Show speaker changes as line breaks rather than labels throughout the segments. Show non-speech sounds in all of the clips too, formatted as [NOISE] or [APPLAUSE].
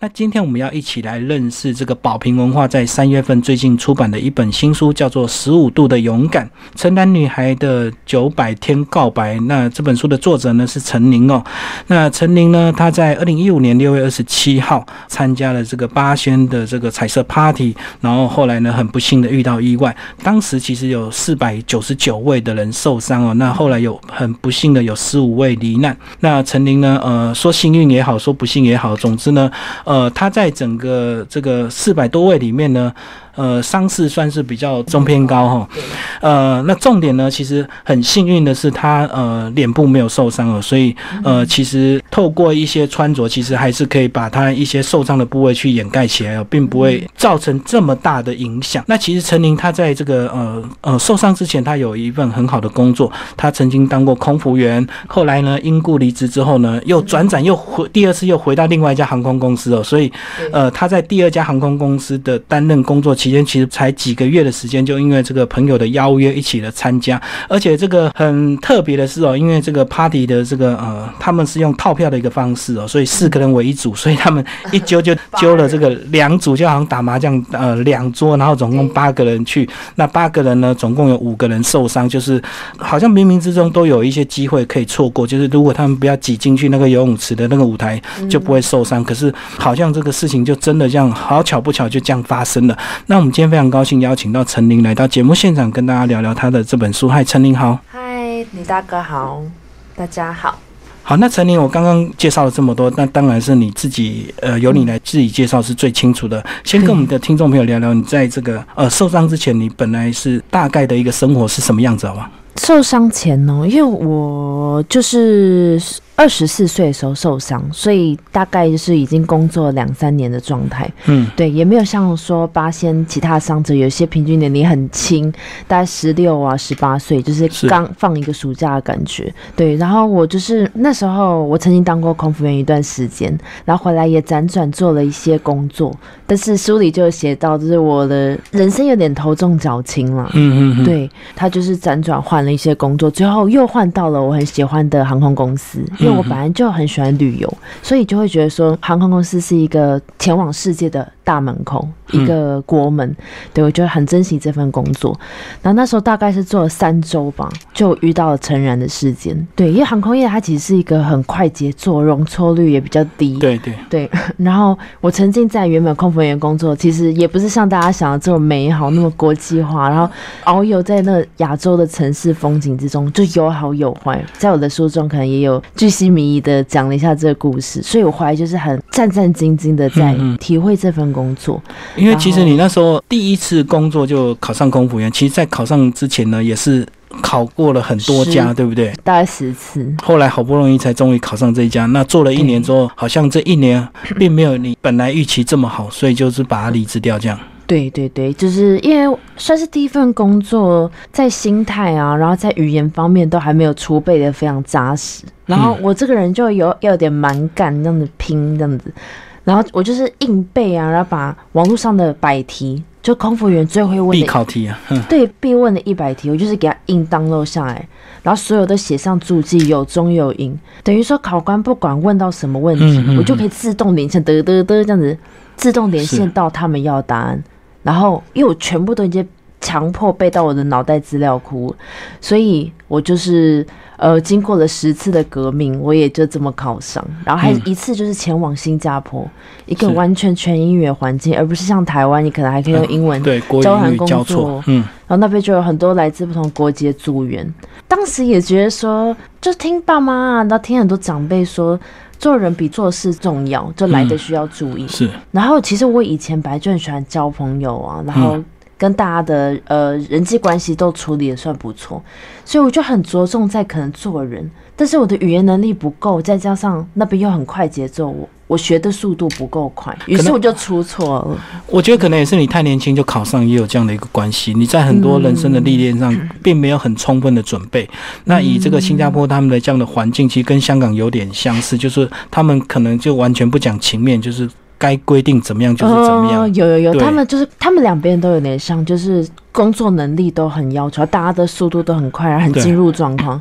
那今天我们要一起来认识这个宝瓶文化在三月份最近出版的一本新书，叫做《十五度的勇敢：城南女孩的九百天告白》。那这本书的作者呢是陈宁哦。那陈宁呢，他在二零一五年六月二十七号参加了这个八仙的这个彩色 party，然后后来呢很不幸的遇到意外，当时其实有四百九十九位的人受伤哦。那后来有很不幸的有十五位罹难。那陈宁呢，呃，说幸运也好，说不幸也好，总之呢。呃，他在整个这个四百多位里面呢，呃，伤势算是比较中偏高哦哈。呃，那重点呢，其实很幸运的是他呃脸部没有受伤哦，所以呃，其实透过一些穿着，其实还是可以把他一些受伤的部位去掩盖起来哦，并不会造成这么大的影响。那其实陈宁他在这个呃呃受伤之前，他有一份很好的工作，他曾经当过空服员，后来呢因故离职之后呢，又转展又回第二次又回到另外一家航空公司哦，所以呃他在第二家航空公司的担任工作期间，其实才几个月的时间，就因为这个朋友的邀约一起的参加，而且这个很特别的是哦，因为这个 party 的这个呃他们是用套票的一个方式哦，所以四个人为一组，所以他们一揪就揪了这个两组，就好像打麻将呃两桌，然后总共八个人去，那八个人呢总共有五个人受伤，就是好像冥冥之中都有一些机会可以错过，就是如果他们不要挤进去那个游泳池的那个舞台，就不会受伤。可是好像这个事情就真的这样，好巧不巧就这样发生了。那我们今天非常高兴邀请到陈琳来到节目现场，跟大家聊聊她的这本书。嗨，陈琳好。
嗨，李大哥好，大家好。
好，那陈琳，我刚刚介绍了这么多，那当然是你自己，呃，由你来自己介绍是最清楚的。先跟我们的听众朋友聊聊，你在这个呃受伤之前，你本来是大概的一个生活是什么样子，好吧？
受伤前哦，因为我就是二十四岁的时候受伤，所以大概就是已经工作两三年的状态。
嗯，
对，也没有像说八仙其他伤者，有些平均年龄很轻，大概十六啊、十八岁，就是
是
刚放一个暑假的感觉。对，然后我就是那时候我曾经当过空服员一段时间，然后回来也辗转做了一些工作，但是书里就有写到，就是我的人生有点头重脚轻了。
嗯嗯嗯，
对他就是辗转换了一些工作，最后又换到了我很喜欢的航空公司，因为我本来就很喜欢旅游，所以就会觉得说航空公司是一个前往世界的大门口，一个国门。对我觉得很珍惜这份工作。然后那时候大概是做了三周吧，就遇到了陈然的事件。对，因为航空业它其实是一个很快节奏、容错率也比较低。
对对，
对，然后我曾经在原本空服员工作，其实也不是像大家想的这么美好、那么国际化，然后遨游在那亚洲的城市风景之中，就有好有坏。在我的书中，可能也有巨细靡遗的讲了一下这个故事，所以我后来就是很战战兢兢的在
嗯嗯
体会这份工作。
因为其实你那时候第一次工作就考上空服员，其实，在考上之前呢，也是考过了很多家，
是
对不对？
大概十次，
后来好不容易才终于考上这一家，那做了一年之后，好像这一年啊并没有你本来预期这么好，所以就是把它离职掉这样。
对对对，就是因为算是第一份工作，在心态啊，然后在语言方面都还没有储备的非常扎实。然后我这个人就有要有点蛮干，这样子拼这样子。然后我就是硬背啊，然后把网络上的百题，就空服员最会问
必
的，
考题啊，哼
对必问的一百题，我就是给他硬当漏下来，然后所有都写上注记，有中有赢，等于说考官不管问到什么问题，
嗯嗯
我就可以自动连线，得得得这样子，自动连线
是
到他们要的答案。然后因为我全部都已经强迫背到我的脑袋资料库，所以我就是呃经过了十次的革命，我也就这么考上，然后还
嗯
一次就是前往新加坡，一个
是
完全全英语的环境，而不是像台湾你可能还可以用英文
对，国语
交谈
英语
工
交
作
错，嗯。
然后那边就有很多来自不同国籍的组员。当时也觉得说，就听爸妈啊，然后听很多长辈说，做人比做事重要，就来的需要注意。
是，
然后其实我以前本来就很喜欢交朋友啊，然后
嗯
跟大家的呃人际关系都处理的算不错，所以我就很着重在可能做人，但是我的语言能力不够，再加上那边又很快节奏，我我学的速度不够快，于
可
是
能
我就出错了。
我觉得可能也是你太年轻就考上，也有这样的一个关系。你在很多人生的历练上，
嗯
并没有很充分的准备。那以这个新加坡他们的这样的环境，其实跟香港有点相似，就是他们可能就完全不讲情面，就是该规定怎么样就是怎么样。
哦、有有有，
对
他们就是他们两边都有点像，就是工作能力都很要求，大家的速度都很快，然后很
对
进入状况。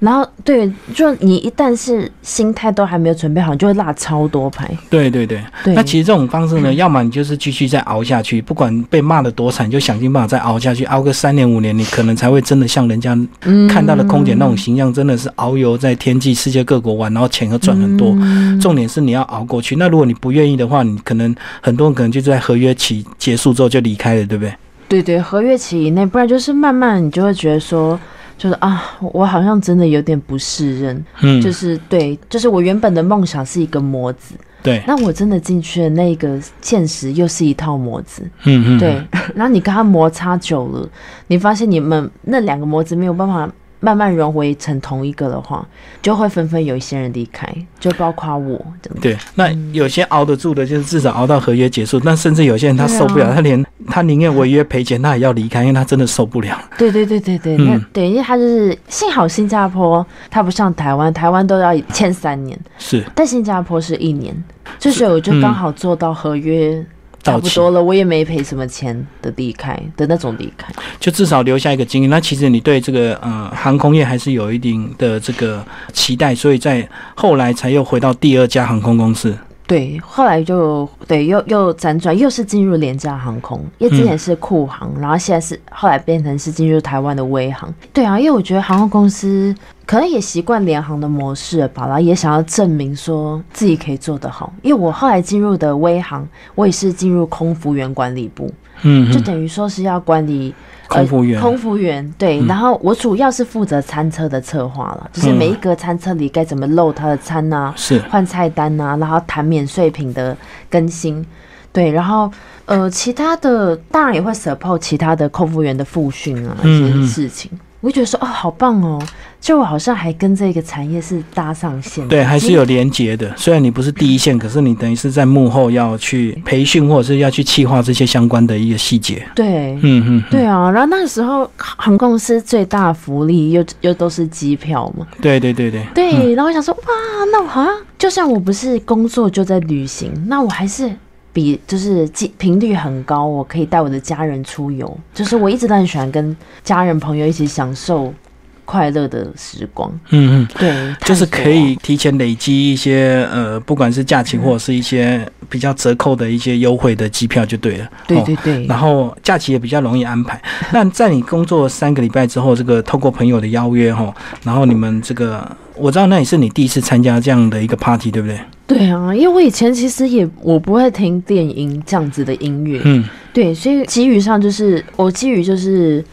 然后对，就你一旦是心态都还没有准备好，你就会落超多牌。
对对对，
对，嗯
那其实这种方式呢，要么你就是继续再熬下去，不管被骂的多惨，你就想尽办法再熬下去，熬个三年五年，你可能才会真的像人家
嗯
看到的空姐那种形象，真的是遨游在天际世界各国玩，然后钱又赚很多。
嗯
重点是你要熬过去。那如果你不愿意的话，你可能很多人可能就在合约期结束之后就离开了，对不对？
对对，合约期以内，不然就是慢慢你就会觉得说，就是啊，我好像真的有点不适任，
嗯，
就是对，就是我原本的梦想是一个模子，
对，
那我真的进去的那个现实又是一套模子，
嗯嗯，
对，然后你跟它摩擦久了，你发现你们那两个模子没有办法。慢慢融为成同一个的话，就会纷纷有一些人离开，就包括我这样。
对，那有些熬得住的，就是至少熬到合约结束。那甚至有些人他受不了，
对啊
他连他宁愿违约赔钱，他也要离开，因为他真的受不了。
[LAUGHS] 对对对对对，那、
嗯
对，因为他就是幸好新加坡，他不像台湾，台湾都要签三年，
是
但新加坡是一年，就所以我就刚好做到合约差
到
不
期
多了，我也没赔什么钱的离开的那种离开。
就至少留下一个经验。那其实你对这个呃航空业还是有一定的这个期待，所以在后来才又回到第二家航空公司。
对，后来就对又又辗转，又是进入廉价航空，因为之前是库航，然后现在是后来变成是进入台湾的微航。对啊，因为我觉得航空公司可能也习惯联航的模式了吧，然后也想要证明说自己可以做得好。因为我后来进入的微航，我也是进入空服员管理部，
嗯，
就
嗯
等于说是要管理呃
空服员。
空服员对，然后我主要是负责餐车的策划了，就是
嗯
每一个餐车里该怎么漏他的餐啊呐、
是
换菜单呐、然后谈免税品的更新，对，然后呃，其他的当然也会 support 其他的空服员的复训啊一
嗯
些
嗯
事情。我就觉得说哦，好棒哦！就我好像还跟这个产业是搭上线的，
对，还是有连结的。虽然你不是第一线，可是你等于是在幕后要去培训，或者是要去企划这些相关的一个细节。
对，
嗯嗯，嗯
对啊。然后那个时候航空公司最大的福利又又都是机票嘛，
对对对对。
对，然后我想说，哇，那我好像就算我不是工作就在旅行，那我还是比就是机频率很高，我可以带我的家人出游，就是我一直都很喜欢跟家人朋友一起享受快乐的时光。
嗯嗯。
对，
就是
探索啊
可以提前累积一些呃，不管是假期或者是一些比较折扣的一些优惠的机票就对了。
对
哦
对对，
然后假期也比较容易安排。那在你工作三个礼拜之后，这个透过朋友的邀约哈，然后你们这个我知道那也是你第一次参加这样的一个 party，对不对？
对啊，因为我以前其实也我不会听电音这样子的音乐，
嗯，
对，所以基于上就是我基于就是。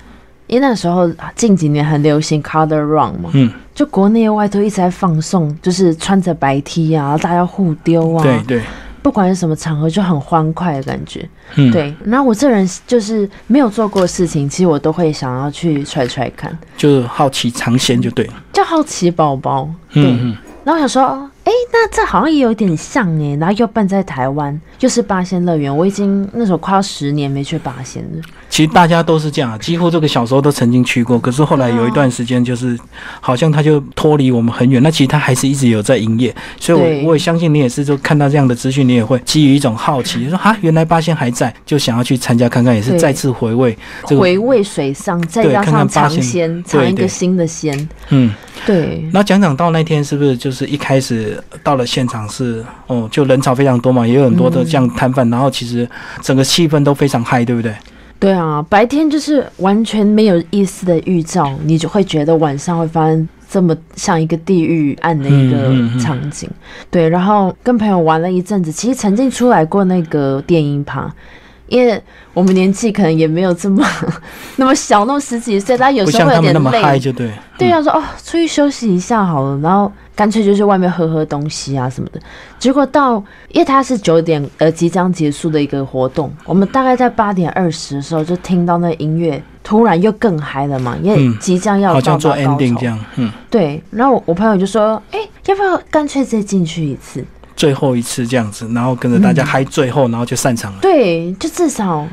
因为那时候近几年很流行 Color Run 嘛，
嗯，
就国内外都一直在放送，就是穿着白 T 啊，然后大家互丢啊，
对对，
不管是什么场合就很欢快的感觉。
嗯，
对，然后我这人就是没有做过的事情，其实我都会想要去揣揣看，
就是好奇尝鲜就对了。
就好奇宝宝。对，
嗯
然后我想说，哎、那这好像也有点像哎、然后又办在台湾，又是八仙乐园，我已经那时候快要十年没去八仙了。
嗯，其实大家都是这样，啊几乎这个小时候都曾经去过，可是后来有一
啊
段时间就是，好像它就脱离我们很远。那其实它还是一直有在营业，所以
对
我我也相信你也是，就看到这样的资讯，你也会基于一种好奇，就说啊哈，原来八仙还在，就想要去参加看看，也是
对
再次回味这个
回味水上，再
对
加
看
上
看八
尝
仙
鲜，
对
尝一个
对
新的鲜。
嗯，
对，
那讲讲到那天是不是就是一开始到了现场是哦，就人潮非常多嘛，也有很多的这样摊贩，然后其实整个气氛都非常嗨，对不对？
对啊，白天就是完全没有一丝的预兆，你就会觉得晚上会发生这么像一个地狱案的一个
嗯嗯嗯
场景。对，然后跟朋友玩了一阵子，其实曾经出来过那个电音趴。因为我们年纪可能也没有这么 [LAUGHS] 那么小，那么十几岁，但有
不
时
像
候会有
他们
点
那么嗨，
累。
就对。
对啊，说哦，出去休息一下好了，然后干脆就去外面喝喝东西啊什么的。结果到，因为它是九点呃即将结束的一个活动，我们大概在八点二十的时候就听到那音乐突然又更嗨了嘛，因为
嗯
即将要
好
到达
像
高
做
潮。
ending 这样，嗯，
对，然后我我朋友就说，哎、要不要干脆再进去一次？
最后一次这样子，然后跟着大家嗨最后，然后就散场了。
对，就至少。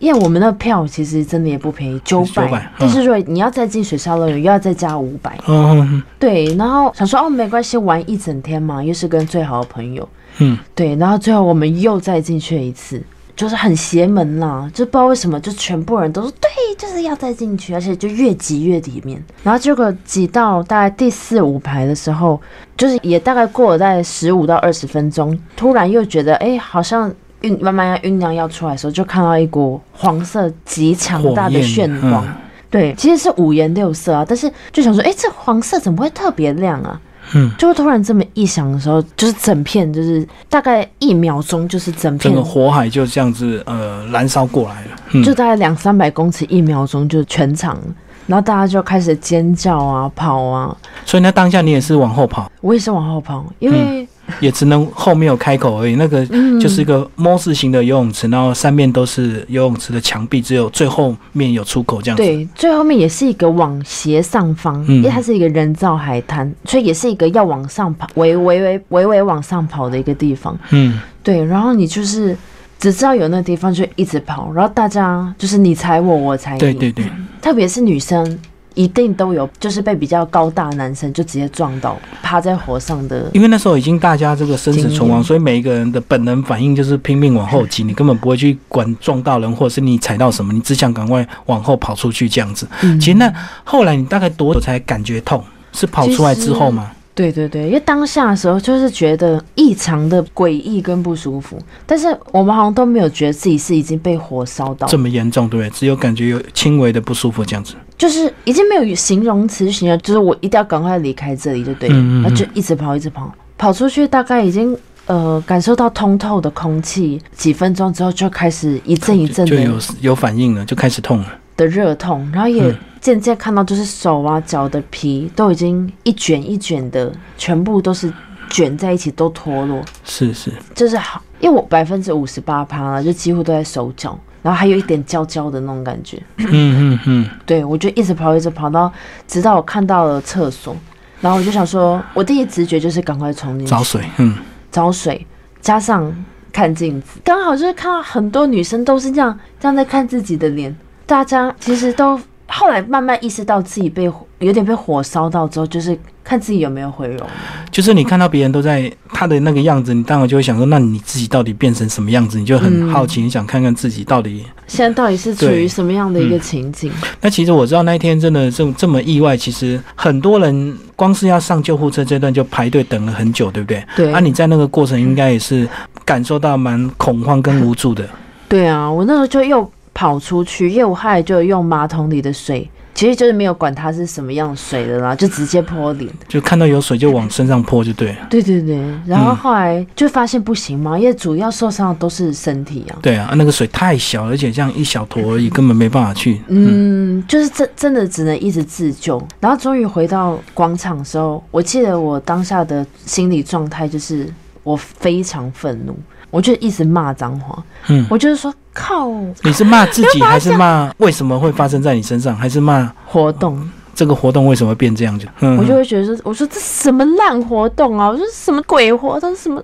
因为我们的票其实真的也不便宜，九
900
百
嗯。
但是如果你要再进水上乐园，又要再加五百。
嗯
对，然后想说哦，没关系，玩一整天嘛，又是跟最好的朋友。
嗯，
对，然后最后我们又再进去一次，就是很邪门啦，就不知道为什么，就全部人都说对，就是要再进去，而且就越挤越里面。然后结果挤到大概第四五排的时候，就是也大概过了大概十五到二十分钟，突然又觉得哎、好像。酝慢慢要酝酿要出来的时候，就看到一股黄色极强大的炫
火焰
光，对，其实是五颜六色啊，但是就想说，哎、这黄色怎么会特别亮啊？
嗯，
就突然这么一想的时候，就是整片，就是大概一秒钟，就是整
整
片
个，火海就这样子呃燃烧过来了。嗯，
就大概两三百公尺，一秒钟就全场，然后大家就开始尖叫啊、跑啊，
所以那当下你也是往后跑，
我也是往后跑，因为、
也只能后面有开口而已。那个
嗯
就是一个摸字形的游泳池，然后三面都是游泳池的墙壁，只有最后面有出口这样子。
对，最后面也是一个往斜上方，
嗯
因为它是一个人造海滩，所以也是一个要往上跑，微微微微微往上跑的一个地方。
嗯，
对，然后你就是只知道有那个地方就一直跑，然后大家就是你踩我，我踩你，
对对对，
特别是女生。一定都有，就是被比较高大的男生就直接撞到，趴在火上的。
因为那时候已经大家这个生死存
经
亡，
验
所以每一个人的本能反应就是拼命往后挤，你根本不会去管撞到人或者是你踩到什么，你只想赶快往后跑出去这样子。
嗯
其实那后来你大概多久才感觉痛？是跑出来之后吗？
对对对，因为当下的时候就是觉得异常的诡异跟不舒服，但是我们好像都没有觉得自己是已经被火烧到，
这么严重，对不对？只有感觉有轻微的不舒服这样子。
就是已经没有形容词形容，就是我一定要赶快离开这里就对了，
嗯嗯嗯
然后就一直跑，一直跑，跑出去大概已经呃感受到通透的空气，几分钟之后就开始一阵一阵
就有
的
有反应了，就开始痛了。
的热痛，然后也
嗯
渐渐看到就是手啊脚的皮都已经一卷一卷的，全部都是卷在一起都脱落，
是是，
就是好，因为我百分之五十八趴了，就几乎都在手脚，然后还有一点焦焦的那种感觉。
嗯嗯嗯，
对，我就一直跑，一直跑到直到我看到了厕所，然后我就想说，我第一直觉就是赶快冲进去
找水，嗯，
找水，加上看镜子，刚好就是看到很多女生都是这样这样在看自己的脸，大家其实都后来慢慢意识到自己被火有点被火烧到之后，就是看自己有没有回容。
就是你看到别人都在他的那个样子，你当然就会想说，那你自己到底变成什么样子？你就很
嗯
好奇，你想看看自己到底
现在到底是处
对嗯
于什么样的一个情景？
那其实我知道那一天真的这这么意外，其实很多人光是要上救护车这段就排队等了很久，对不对？
对
啊，你在那个过程应该也是感受到蛮恐慌跟无助的。
对啊，我那时候就又跑出去，因为我后来就用马桶里的水，其实就是没有管它是什么样的水的啦，就直接泼脸。
就看到有水就往身上泼，就对了。
对对对，然
嗯
后后来就发现不行嘛，因为主要受伤的都是身体啊。
对啊，那个水太小，而且这样一小坨而已，根本没办法去。
嗯，就是真真的只能一直自救。然后终于回到广场的时候，我记得我当下的心理状态就是我非常愤怒，我就一直骂脏话，
嗯
我就是说靠
你是骂自己，还是骂为什么会发生在你身上，还是骂
活动。
这个活动为什么变这样？就嗯，
我就会觉得说，我说这什么烂活动啊！我说什么鬼活动？什么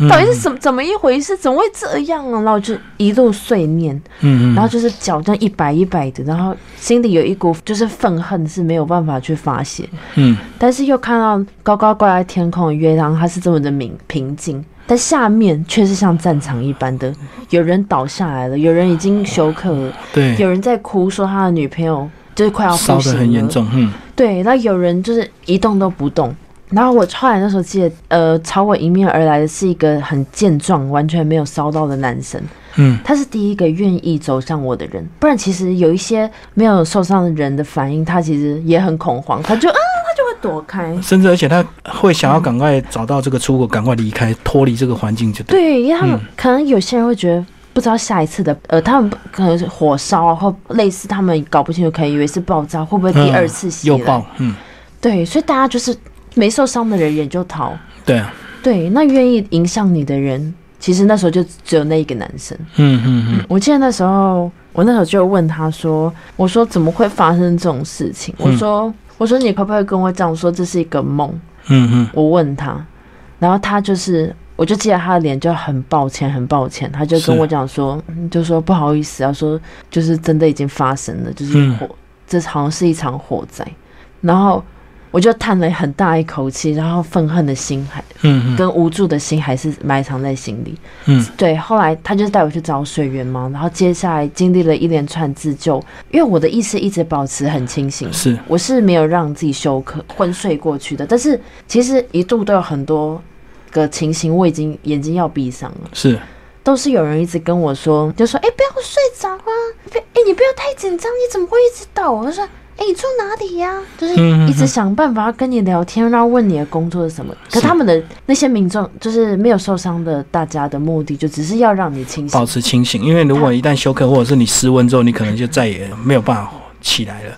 嗯
到底是什么怎么一回事？怎么会这样啊？然后我就一路碎念，
嗯嗯
然后
嗯，
就是脚这样一摆一摆的，然后心里有一股就是愤恨是没有办法去发泄，
嗯，
但是又看到高高挂在天空的月亮，它是这么的明平静。但下面却是像战场一般的，有人倒下来了，有人已经休克
嗯
了，
对，
有人在哭，说他的女朋友就是快要
烧
不
得
行
很严
了
重，嗯
对，那有人就是一动都不动。然后我后来那时候记得，呃，朝我迎面而来的是一个很健壮、完全没有烧到的男生，
嗯，
他是第一个愿意走向我的人。不然其实有一些没有受伤的人的反应，他其实也很恐慌，他就啊，他就会躲开。
甚至而且他会想要赶快找到这个出口，赶快离开，脱离这个环境，就对。
对，因为他们
嗯
可能有些人会觉得。不知道下一次的，呃，他们可能是火烧啊，或类似，他们搞不清楚，可能以为是爆炸，会不会第二次袭
嗯
来？
又爆，嗯，
对，所以大家就是没受伤的人也就逃，
对啊，
对，那愿意影响你的人，其实那时候就只有那一个男生。
嗯嗯
我记得那时候，我那时候就问他说：“我说怎么会发生这种事情？”我说：“我说你可不可以跟我讲说这是一个梦
嗯嗯？”
我问他，然后他就是，我就记得他的脸就很抱歉，很抱歉，他就跟
是
我讲说，嗯就说不好意思啊，说就是真的已经发生了，就是
嗯
火，这好像是一场火灾。然后我就叹了很大一口气，然后愤恨的心还
嗯嗯
跟无助的心还是埋藏在心里。
嗯，
对，后来他就带我去找水源嘛，然后接下来经历了一连串自救，因为我的意识一直保持很清醒，
是，
我是没有让自己休克昏睡过去的。但是其实一度都有很多个情形，我已经眼睛要闭上了，
是，
都是有人一直跟我说，就说：“哎、不要睡着啊，别哎、你不要太紧张，你怎么会一直抖？”我就说。哎、你住哪里呀、就
嗯
是
嗯嗯
一直想办法要跟你聊天，然后问你的工作是什么。可
是
他们的那些民众，就是没有受伤的，大家的目的就只是要让你清醒
保。持清醒，因为如果一旦休克或者是你失温之后，你可能就再也没有办法起来了。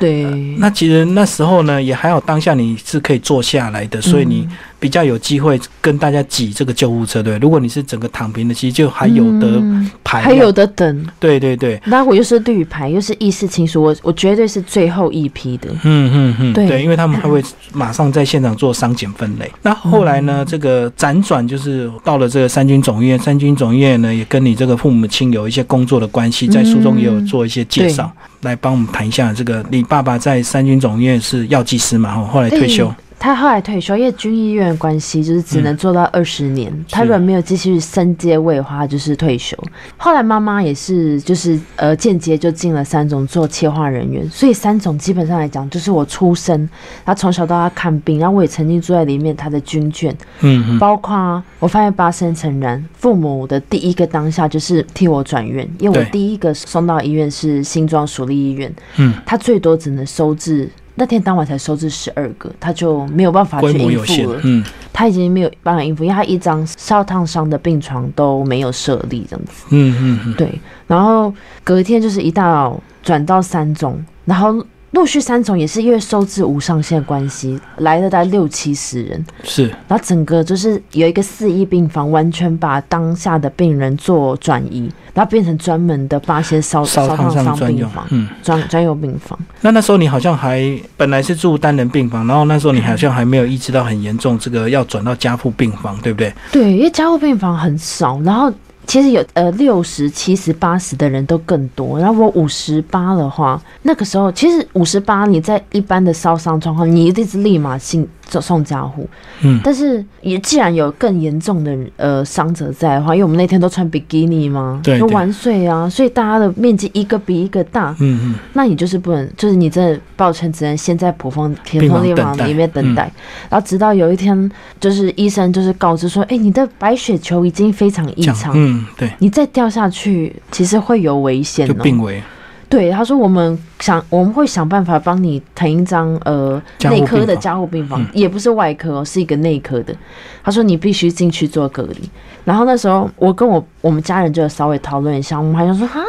对，
那其实那时候呢，也还好，当下你是可以坐下来的，所以你
嗯
比较有机会跟大家挤这个救护车，对不对。如果你是整个躺平的，其实就还有得
嗯
排了，
还有的等。
对对对，
那我又是绿牌，又是意识清楚，我我绝对是最后一批的。
嗯嗯嗯，
对
对，因为他们还会马上在现场做伤检分类。那后来呢，
嗯
这个辗转就是到了这个三军总医院，三军总医院呢也跟你这个父母亲有一些工作的关系，在书中也有做一些介绍，
嗯
来帮我们谈一下这个你爸爸在三军总医院是药剂师嘛，哈，后来退休嗯
对，他后来退休，因为军医院的关系，就是只能做到二十年。他
是
如果没有继续升阶位的话，他就是退休。后来妈妈也是，就是呃间接就进了三种做切化人员，所以三种基本上来讲，就是我出生，他从小到大看病，然后我也曾经住在里面他的军眷，
嗯嗯，
包括、啊、我发现八生成然，父母的第一个当下就是替我转院，因为我
对
第一个送到医院是新庄属立医院，
嗯，
他最多只能收治。那天当晚才收治十二个，他就没有办法
规
去
模
应
有限
付了，。
嗯
他已经没有办法应付，因为他一张烧烫伤的病床都没有设立这样子。
嗯嗯嗯，
对，然后隔天就是一大早转到三种，然后陆续三种也是因为收治无上限关系，来了大概六七十人。
是，
然后整个就是有一个四医病房，完全把当下的病人做转移，然后变成专门的八仙哦烧
烧烫
烫
伤
伤
专
病
用
房，，
嗯。
专专用病房。
那那时候你好像还本来是住单人病房，然后那时候你好像还没有意识到很严重，这个要转到加护病房，对不对？
对，因为加护病房很少，然后其实有呃六十、七十、八十的人都更多。然后我五十八的话，那个时候其实五十八你在一般的烧伤状况，你一定是立马送送送加护。
嗯
但是也既然有更严重的呃伤者在的话，因为我们那天都穿比基尼嘛，
对
都
对
玩水啊，所以大家的面积一个比一个大。
嗯嗯。
那你就是不能，就是你真的抱歉，只能先在普通普
病
通
房
病
等
房
待嗯
里面等待，然后直到有一天，就是医生就是告知说，哎、你的白血球已经非常异
这样
常，
嗯，对，
你再掉下去其实会有危险
就
哦、
病危，
对，他说我们想我们会想办法帮你腾一张呃
加护
内
病
科的
房
加护病房，
嗯
也不是外科哦，是一个内科的。他说你必须进去做隔离。然后那时候我跟我我们家人就有稍微讨论一下，我们还想说哈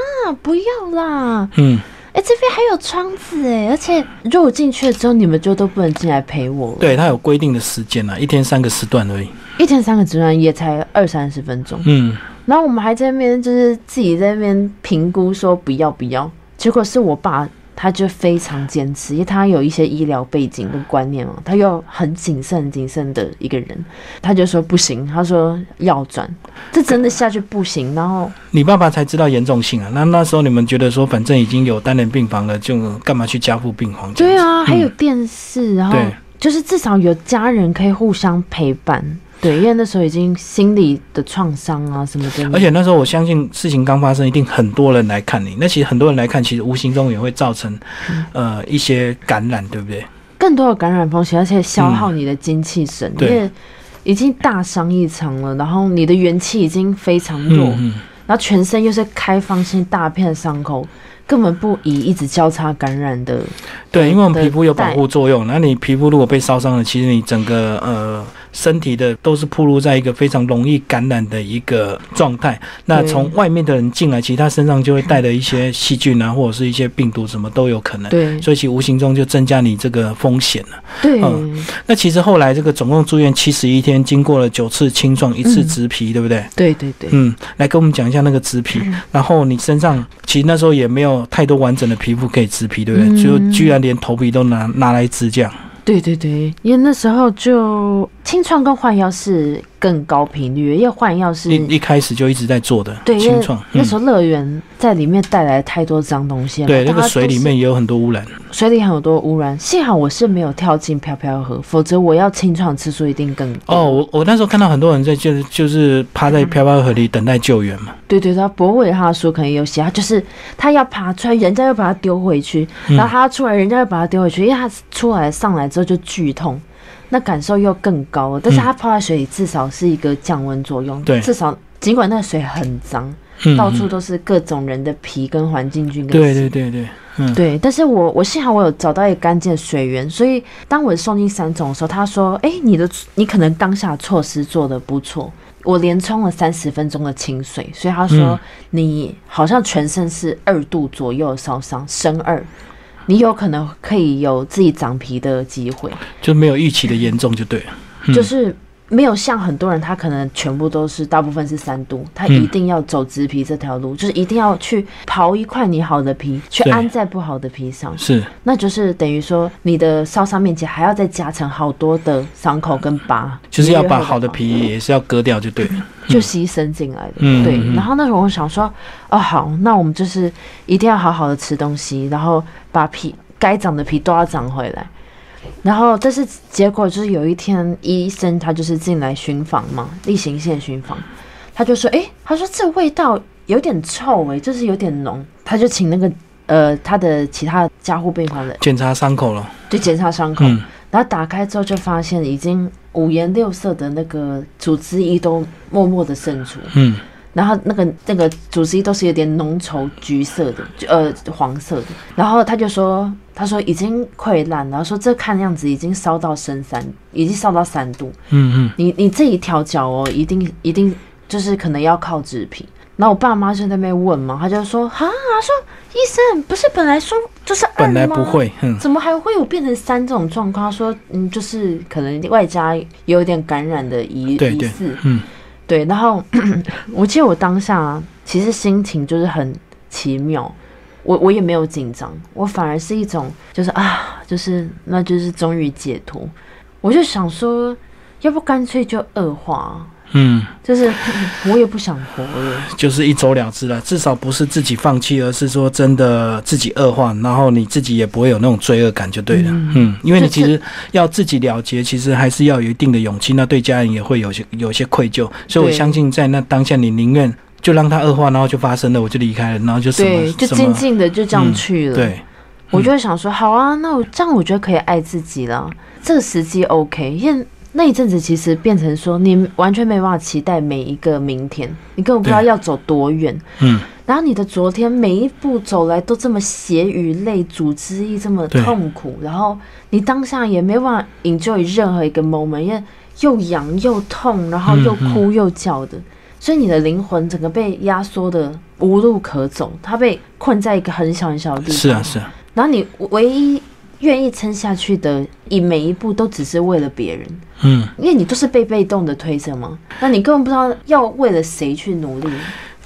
不要啦，
嗯，
哎、这边还有窗子哎，而且如果进去了之后，你们就都不能进来陪我了。，
对，它有规定的时间啊啦，一天三个时段而已，
一天三个值班也才二三十分钟，
嗯，
然后我们还在那边就是自己在那边评估说不要不要，结果是我爸他就非常坚持，因为他有一些医疗背景跟观念嘛，他又很谨慎谨慎的一个人，他就说不行，他说要转，这真的下去不行，然后
你爸爸才知道严重性啊。那那时候你们觉得说，反正已经有单人病房了，就干嘛去加护病房？
对，啊，还有电视，然后
嗯对
就是至少有家人可以互相陪伴。对，因为那时候已经心理的创伤啊什么的，
而且那时候我相信事情刚发生，一定很多人来看你。那其实很多人来看，其实无形中也会造成
嗯
呃一些感染，对不对？
更多的感染风险，而且消耗你的精气神，
嗯对
因为已经大伤一场了，然后你的元气已经非常弱，
嗯
然后全身又是开放性大片伤口，根本不宜一直交叉感染的。
对，因为我们
对
皮肤有保
带
护作用，那你皮肤如果被烧伤了，其实你整个呃身体的都是暴露在一个非常容易感染的一个状态。那
对
从外面的人进来，其实他身上就会带了一些细菌啊，或者是一些病毒，什么都有可能。
对
所以其实无形中就增加你这个风险了。
对、
嗯那其实后来这个总共住院七十一天，经过了九次清创，一次
嗯
植皮，对不对？
对对对，
嗯，来跟我们讲一下那个植皮。
嗯
然后你身上其实那时候也没有太多完整的皮肤可以植皮，对不对？
嗯
就居然连头皮都拿拿来植这样。
对对对，因为那时候就清创跟换药是更高频率，因为换药是
一一开始就一直在做的
对，因
清
为
创，
那
嗯，
时候乐园在里面带来太多脏东西了，
对，
大
那
家
个水
都
里
是
面也有很多污染，
水里很多污染，幸好我是没有跳进飘飘河，否则我要清创次数一定更多
哦，，我我那时候看到很多人在就是就是趴在漂漂河里等待救援嘛，
对对对，他博伟他的书可能有写，他就是他要爬出来，人家又把他丢回去，
嗯
然后他要出来，人家又把他丢回去，因为他出来上来之后就剧痛，那感受又更高了。但是他泡在水里至少是一个降温作用，
嗯对
至少尽管那水很脏，
嗯，
到处
嗯
都是各种人的皮跟环境菌跟
对对
细
对对，嗯，
对，但是我我幸好我有找到一个干净的水源，所以当我送进三种的时候，他说：“哎、你的你可能当下措施做的不错。”我连冲了三十分钟的清水，所以他说、
嗯
你好像全身是二度左右的烧伤，升二，你有可能可以有自己长皮的机会，
就没有预期的严重就对了，嗯
就是没有像很多人他可能全部都是大部分是三度，他
嗯
一定要走植皮这条路，就是一定要去刨一块你好的皮，去
对
安在不好的皮上。
是，
那就是等于说你的烧伤面积还要再加成好多的伤口跟疤，
就是要
你越
把
会
好的皮也是要割掉就对了，
就牺牲进来的。
嗯
对
嗯嗯，
然后那时候我想说，哦好，那我们就是一定要好好的吃东西，然后把皮该长的皮都要长回来。然后，但是结果就是有一天，医生他就是进来巡访嘛，例行性巡访，他就说，诶，他说这味道有点臭诶、就是有点浓，他就请那个呃他的其他加护病房的
检查伤口了，
就检查伤口，
嗯，
然后打开之后就发现已经五颜六色的那个组织液都默默的渗出，
嗯，
然后那个那个组织液都是有点浓稠橘色的，就呃黄色的。然后他就说，他说已经溃烂，然后说这看样子已经烧到深三，已经烧到三度，
嗯
你你自己调脚哦，一定一定就是可能要靠纸皮。然后我爸妈就在那边问嘛，他就说啊，他说医生不是本来说就是二
本来
吗
不会，嗯，
怎么还会有变成三这种状况？他说，嗯，就是可能外加有一点感染的疑
对
疑
对
似，
嗯，
对。然后 [CLEARS THROAT] 我记得我当下、啊其实心情就是很奇妙，我我也没有紧张，我反而是一种就是啊，就是那就是终于解脱。我就想说，要不干脆就恶化，
嗯，
就是我也不想活
[LAUGHS]
了。
就是一走了之了，至少不是自己放弃，而是说真的自己恶化，然后你自己也不会有那种罪恶感就对了。嗯因为你其实要自己了结，其实还是要有一定的勇气，那对家人也会有些有些愧疚。所以我
对
相信，在那当下，你宁愿就让它恶化，然后就发生了，我就离开了，然后就什
对，
么
就
什
静
么
静的就这样
嗯
去了。
对，
我
嗯
就会想说，好啊，那我这样我觉得可以爱自己了，这个时机 OK，因为那一阵子其实变成说，你完全没办法期待每一个明天，你根本不知道
对
要走多远，
嗯，
然后你的昨天每一步走来都这么血与泪、组织意这么
对
痛苦，然后你当下也没办法 enjoy 任何一个 moment，因为又痒又痛，然后又
嗯嗯
哭又叫的，所以你的灵魂整个被压缩的无路可走，它被困在一个很小很小的地方。
是啊，是啊，
然后你唯一愿意撑下去的，以每一步都只是为了别人，
嗯。
因为你都是被被动的推着嘛，那你根本不知道要为了谁去努力，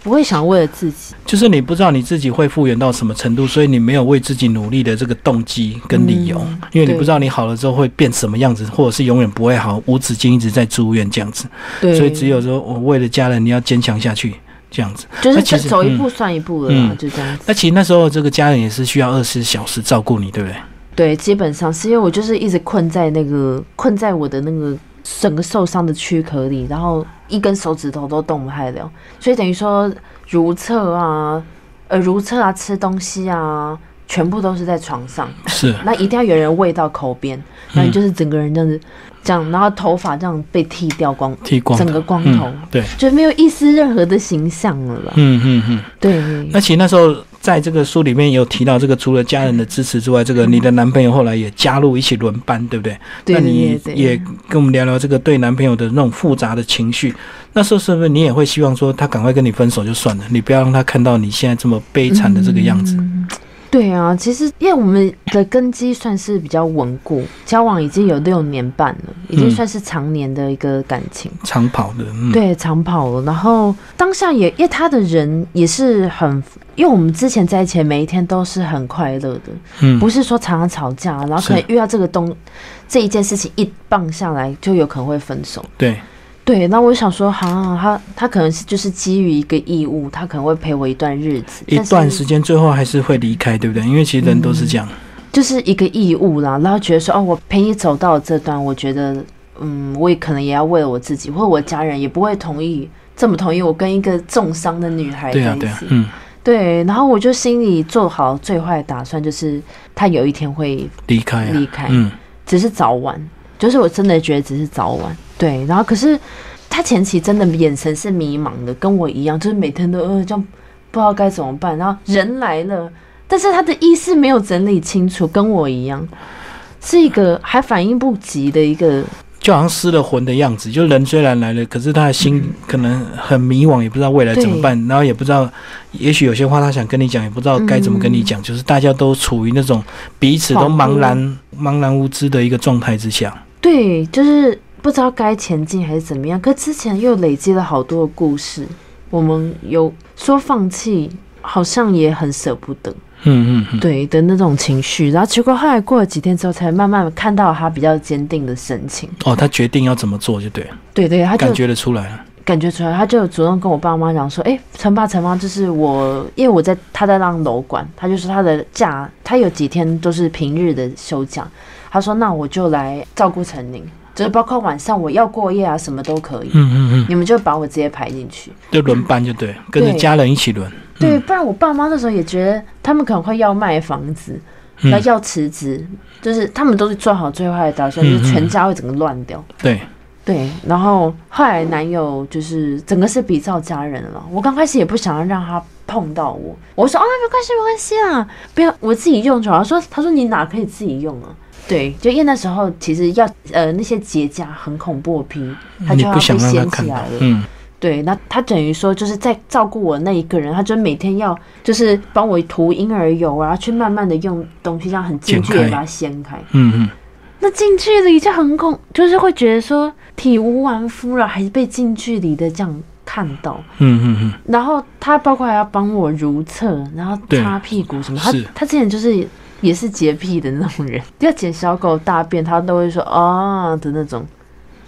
不会想为了自己。
就是你不知道你自己会复原到什么程度，所以你没有为自己努力的这个动机跟理由，因为你
对
不知道你好了之后会变什么样子，或者是永远不会好，无止境一直在住院这样子。
对
所以只有说我为了家人，你要坚强下去这样子。
就
那
是
哎其实
走一步算一步了啦，
嗯
就这样子。
那其实那时候这个家人也是需要二十小时照顾你，对不对？
对，基本上是因为我就是一直困在那个困在我的那个整个受伤的躯壳里，然后一根手指头都动不太了，所以等于说如厕啊，呃如厕啊，吃东西啊，全部都是在床上。
是，
那一定要有人喂到口
嗯
边，那你就是整个人这样子，这样，然后头发这样被剃掉光，
剃光
整
头
个光头，
嗯，对，
就没有一丝任何的形象了啦。
嗯嗯嗯。
对，
那其实那时候在这个书里面也有提到，这个除了家人的支持之外，这个你的男朋友后来也加入一起轮班，对不对？
对
那你
对对
也跟我们聊聊这个对男朋友的那种复杂的情绪。那时候是不是你也会
嗯
希望说他赶快跟你分手就算了，你不要让他看到你现在这么悲惨的这个样子？
对啊，其实因为我们的根基算是比较稳固，交往已经有六年半了，已经
嗯
算是常年的一个感情。
长跑的，嗯，
对，长跑了。然后当下也，因为他的人也是很，因为我们之前在一起，每一天都是很快乐的，
嗯，
不是说常常吵架，然后可能
是
遇到这个东这一件事情一棒下来，就有可能会分手。
对，
对，那我就想说，哈、他他可能是就是基于一个义务，他可能会陪我一段日子，
一
但是
段时间最后还是会离开，对不对？因为其实人都是这样，
嗯就是一个义务啦，然后觉得说，哦，我陪你走到这段，我觉得，嗯，我也可能也要为了我自己，或者我家人也不会同意。这么同意我跟一个重伤的女孩在
对啊
一，
对啊
起，，
嗯，
对，然后我就心里做好最坏的打算，就是他有一天会
离开、啊，
离开，
嗯，
只是早晚，就是我真的觉得只是早晚。对，然后可是他前期真的眼神是迷茫的，跟我一样，就是每天都呃这样不知道该怎么办。然后人来了，但是他的意识没有整理清楚，跟我一样，是一个还反应不及的一个。
就好像失了魂的样子。就人虽然来了，可是他的
嗯
心可能很迷惘，也不知道未来怎么办，然后也不知道，也许有些话他想跟你讲，也不知道该怎么跟你讲，就是大家都处于那种彼此都
嗯恍惚
茫然、茫然无知的一个状态之下。
对，就是不知道该前进还是怎么样。可之前又累积了好多的故事，我们有说放弃，好像也很舍不得，
嗯嗯嗯，
对的那种情绪。然后结果后来过了几天之后，才慢慢看到他比较坚定的神情。
哦，他决定要怎么做就对了，
对对，他就
感觉得出来了。
感觉出来，他就主动跟我爸妈讲说：“哎、陈爸陈妈，就是我，因为我在他在当楼管，他就说他的假，他有几天都是平日的休假。他说那我就来照顾陈宁，就是包括晚上我要过夜啊，什么都可以，
嗯嗯
你们就把我直接排进去。
嗯，就轮班就对了，跟着
对
家人一起轮。
对，不然我爸妈那时候也觉得他们可能会要卖房子，
嗯
要要辞职，就是他们都是做好最坏的打算，
嗯
就是全家会整个乱掉。
对，
对，然后后来男友就是整个是比照家人了。我刚开始也不想要让他碰到我，我说啊、没关系没关系啦，不要我自己用就好。他说他说你哪可以自己用啊？对，就因为那时候其实要呃那些结痂很恐怖的皮，他
你
就要
不
被
想让他
掀
看
起
到
来。了。
嗯，
对，那他等于说就是在照顾我那一个人，他就每天要就是帮我涂婴儿油啊，去慢慢的用东西这样很近距离
剪开
把它掀开。
嗯嗯，
那近距离就很恐，就是会觉得说体无完肤了，还是被近距离的这样看到。
嗯嗯
然后他包括还要帮我如厕，然后
对
擦屁股什么。他
是
他之前就是也是洁癖的那种人，要捡小狗大便，他都会说啊的那种，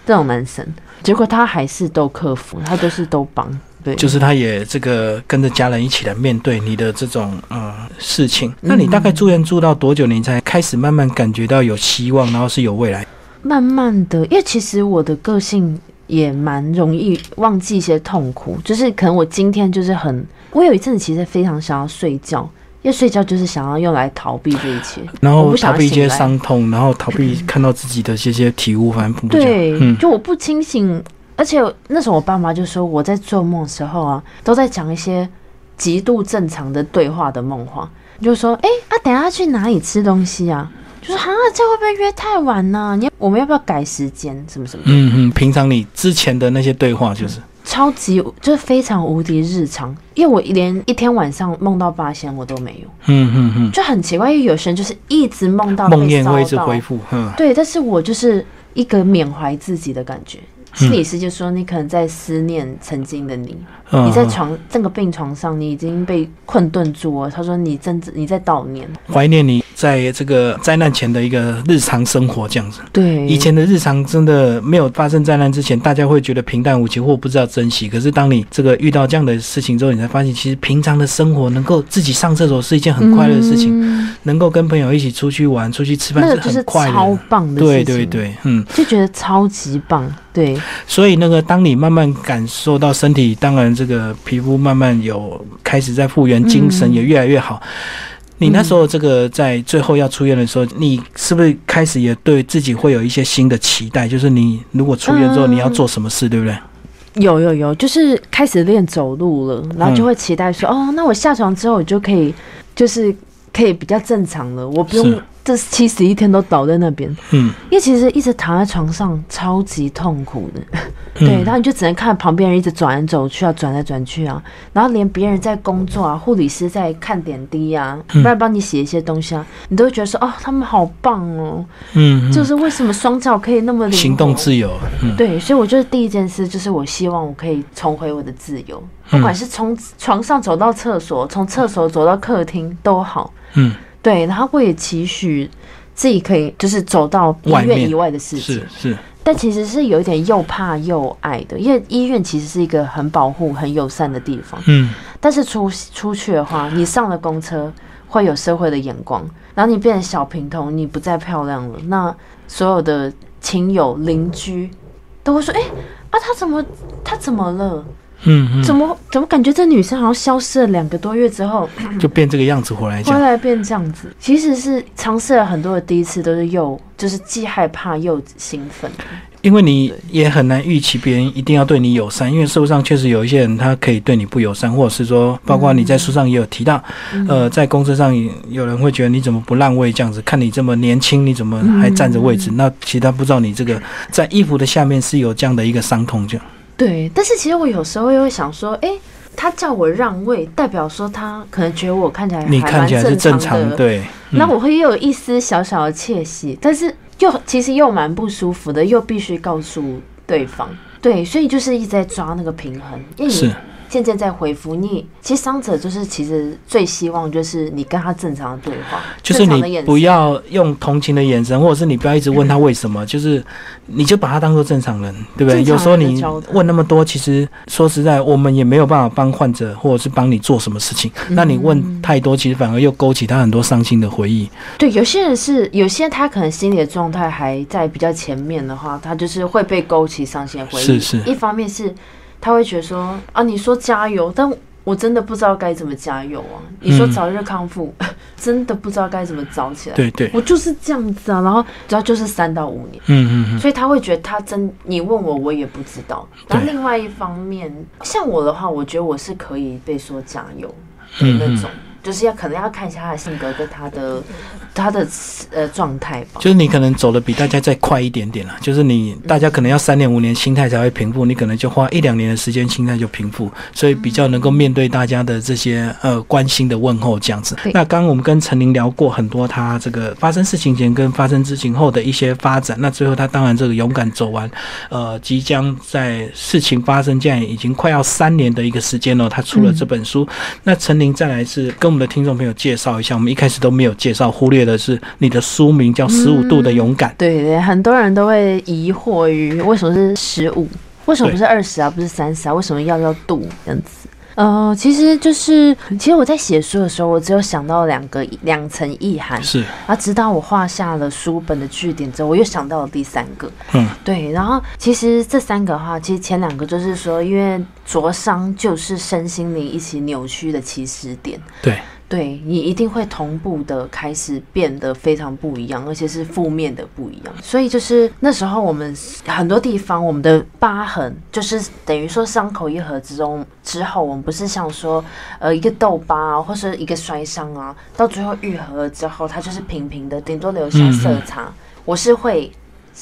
这种男生。结果他还是都克服，他都是都帮。对，
嗯，就是他也这个跟着家人一起来面对你的这种呃事
嗯
情。那你大概住院住到多久，你才开始慢慢感觉到有希望，然后是有未来？
慢慢的，因为其实我的个性也蛮容易忘记一些痛苦，就是可能我今天就是很，我有一阵子其实非常想要睡觉，因为睡觉就是想要用来逃避这一切。
然
我
后
不想
逃
要
避一些
醒来嗯
伤痛，然后逃避看到自己的这些体悟，反正不讲。
对，
嗯
就我不清醒，而且那时候我爸妈就说我在做梦的时候啊，都在讲一些极度正常的对话的梦话，就说哎、啊，等一下去哪里吃东西啊？就说啊，这样会不会约太晚呢、你我们要不要改时间？什么什么？
嗯嗯，平常你之前的那些对话就是，
超级就是非常无敌日常，因为我连一天晚上梦到八仙我都没有，
嗯嗯
就很奇怪。因为有些人就是一直梦
嗯，
到
梦
被
魇
骚
会一直恢
到，
复，嗯，
对，但是我就是一个缅怀自己的感觉。心理师就说你可能在思念曾经的你，
嗯
你在
嗯
床这个病床上，你已经被困顿住了。他说你真你在悼念，
怀念你在这个灾难前的一个日常生活这样子。
对，
以前的日常真的没有发生灾难之前，大家会觉得平淡无奇或不知道珍惜。可是当你这个遇到这样的事情之后，你才发现，其实平常的生活能够自己上厕所是一件很快乐的事情，
嗯
能够跟朋友一起出去玩、出去吃饭
那个就是
很快
超
乐。
棒的
对
事情，
对，对，嗯，
就觉得超级棒，对，
所以那个，当你慢慢感受到身体，当然这个皮肤慢慢有开始在复原，精神
嗯
也越来越好。你那时候这个在最后要出院的时候，你是不是开始也对自己会有一些新的期待？就是你如果出院之后，
嗯
你要做什么事，对不对？
有有有，就是开始练走路了，然后就会
嗯
期待说，哦，那我下床之后我就可以，就是可以比较正常了，我不用
是
这七十一天都倒在那边，
嗯，
因为其实一直躺在床上超级痛苦的，
嗯
对，然后你就只能看旁边人一直转来走去啊，转来转去啊，然后连别人在工作啊，护理师在看点滴啊，不
嗯
然帮你写一些东西啊，你都会觉得说哦，他们好棒哦，
嗯，嗯
就是为什么双脚可以那么灵活
行动自由，嗯
对，所以我觉得第一件事就是我希望我可以重回我的自由，不
嗯
管是从床上走到厕所，从厕所走到客厅都好，
嗯，
对，然后我也期许自己可以就是走到医
外面
院以外的事情
是，是，
但其实是有一点又怕又爱的，因为医院其实是一个很保护、很友善的地方，
嗯
但是出出去的话，你上了公车会有社会的眼光，然后你变成小平头，你不再漂亮了，那所有的亲友、邻居都会说：“哎、啊，她怎么她怎么了？
嗯
怎么怎么感觉这女生好像消失了两个多月之后？”
嗯，就变这个样子回来
回
讲，
来变这样子，其实是尝试了很多的第一次，都是又就是既害怕又兴奋。
因为你也很难预期别人一定要对你友善，因为社会上确实有一些人他可以对你不友善，或者是说，包括你在书上也有提到，
嗯
呃，在公车上有人会觉得你怎么不让位这样子，看你这么年轻，你怎么还占着位置？
嗯
那其实他不知道你这个在衣服的下面是有这样的一个伤痛，这样，
哎对，但是其实我有时候又会想说，哎、他叫我让位，代表说他可能觉得我看起来
你
还
看
蛮
起来是正常
的，
对，嗯
那我会又有一丝小小的窃喜，但是又其实又蛮不舒服的，又必须告诉对方。对，所以就是一直在抓那个平衡，因为
是
你。现在在回复你，其实伤者就是其实最希望就是你跟他正常的对话，
就是
正常的眼
你
神
不要用同情的眼神，或者是你不要一直问他为什么，就是你就把他当做正常人，对不对？
嗯正常人的
有时候你
交谈
问那么多，其实说实在，我们也没有办法帮患者或者是帮你做什么事情。那你问
嗯
太多，其实反而又勾起他很多伤心的回忆。
对，有些人是，有些他可能心理的状态还在比较前面的话，他就是会被勾起伤心的回忆。
是是
一方面是他会觉得说啊，你说加油，但我真的不知道该怎么加油啊。你说
嗯
早日康复， [LAUGHS] 真的不知道该怎么早起来。
对对，
我就是这样子啊，然后主要就是三到五年。
嗯嗯嗯，
所以他会觉得他真，你问我我也不知道。然后
对
另外一方面，像我的话，我觉得我是可以被说加油的
嗯
那
嗯
种，就是要可能要看一下他的性格跟他的他的呃状态吧。
就是你可能走的比大家再快一点点了，就是你大家可能要三年五年心态才会平复，你可能就花一两年的时间心态就平复，所以比较能够面对大家的这些呃关心的问候这样子
对。
那刚刚我们跟陈琳聊过很多她这个发生事情前跟发生事情后的一些发展，那最后她当然这个勇敢走完，呃，即将在事情发生这样已经快要三年的一个时间了，她出了这本书。那陈琳再来是跟我们的听众朋友介绍一下，我们一开始都没有介绍，忽略的是你的书名叫《十五度的勇敢》。
对对，很多人都会疑惑于为什么是十五，为什么不是二十啊，不是三十啊，为什么要要度这样子？呃，其实就是，其实我在写书的时候，我只有想到两个两层意涵，
是，
啊，直到我画下了书本的据点之后，我又想到了第三个，
嗯，
对，然后其实这三个哈，其实前两个就是说，因为灼伤就是身心灵一起扭曲的起始点，
对，
对你一定会同步的开始变得非常不一样，而且是负面的不一样。所以就是那时候我们很多地方，我们的疤痕就是等于说伤口一合之中之后，我们不是像说呃一个痘疤啊，或是一个摔伤啊，到最后愈合了之后，它就是平平的，顶多留下色差。我是会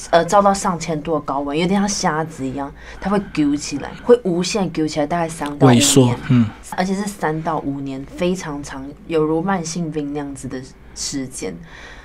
呃照到上千度的高温，有点像虾子一样，它会揪起来，会无限揪起来，大概三到五
萎缩
年。，
嗯，
而且是三到五年，非常长，有如慢性病那样子的时间。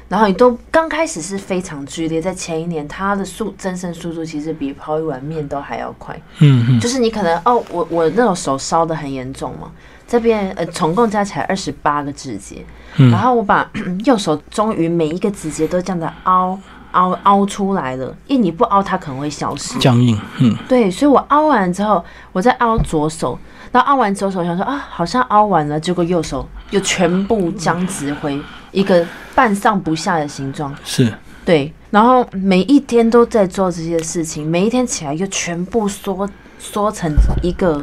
然后你都刚开始是非常剧烈，在前一年，它的速增生速度其实比抛一碗面都还要快。
嗯嗯，
就是你可能哦，我我那种手烧的很严重嘛，这边呃总共加起来二十八个指节，
嗯
然后我把 [CLEARS THROAT] 右手终于每一个指节都这样的凹凹凹出来了，因为你不凹它可能会消失。
僵硬，嗯，
对，所以我凹完之后，我再凹左手，然后凹完左手，想说啊，好像凹完了，结果右手又全部僵直回一个半上不下的形状。
是，
对，然后每一天都在做这些事情，每一天起来又全部缩缩成一个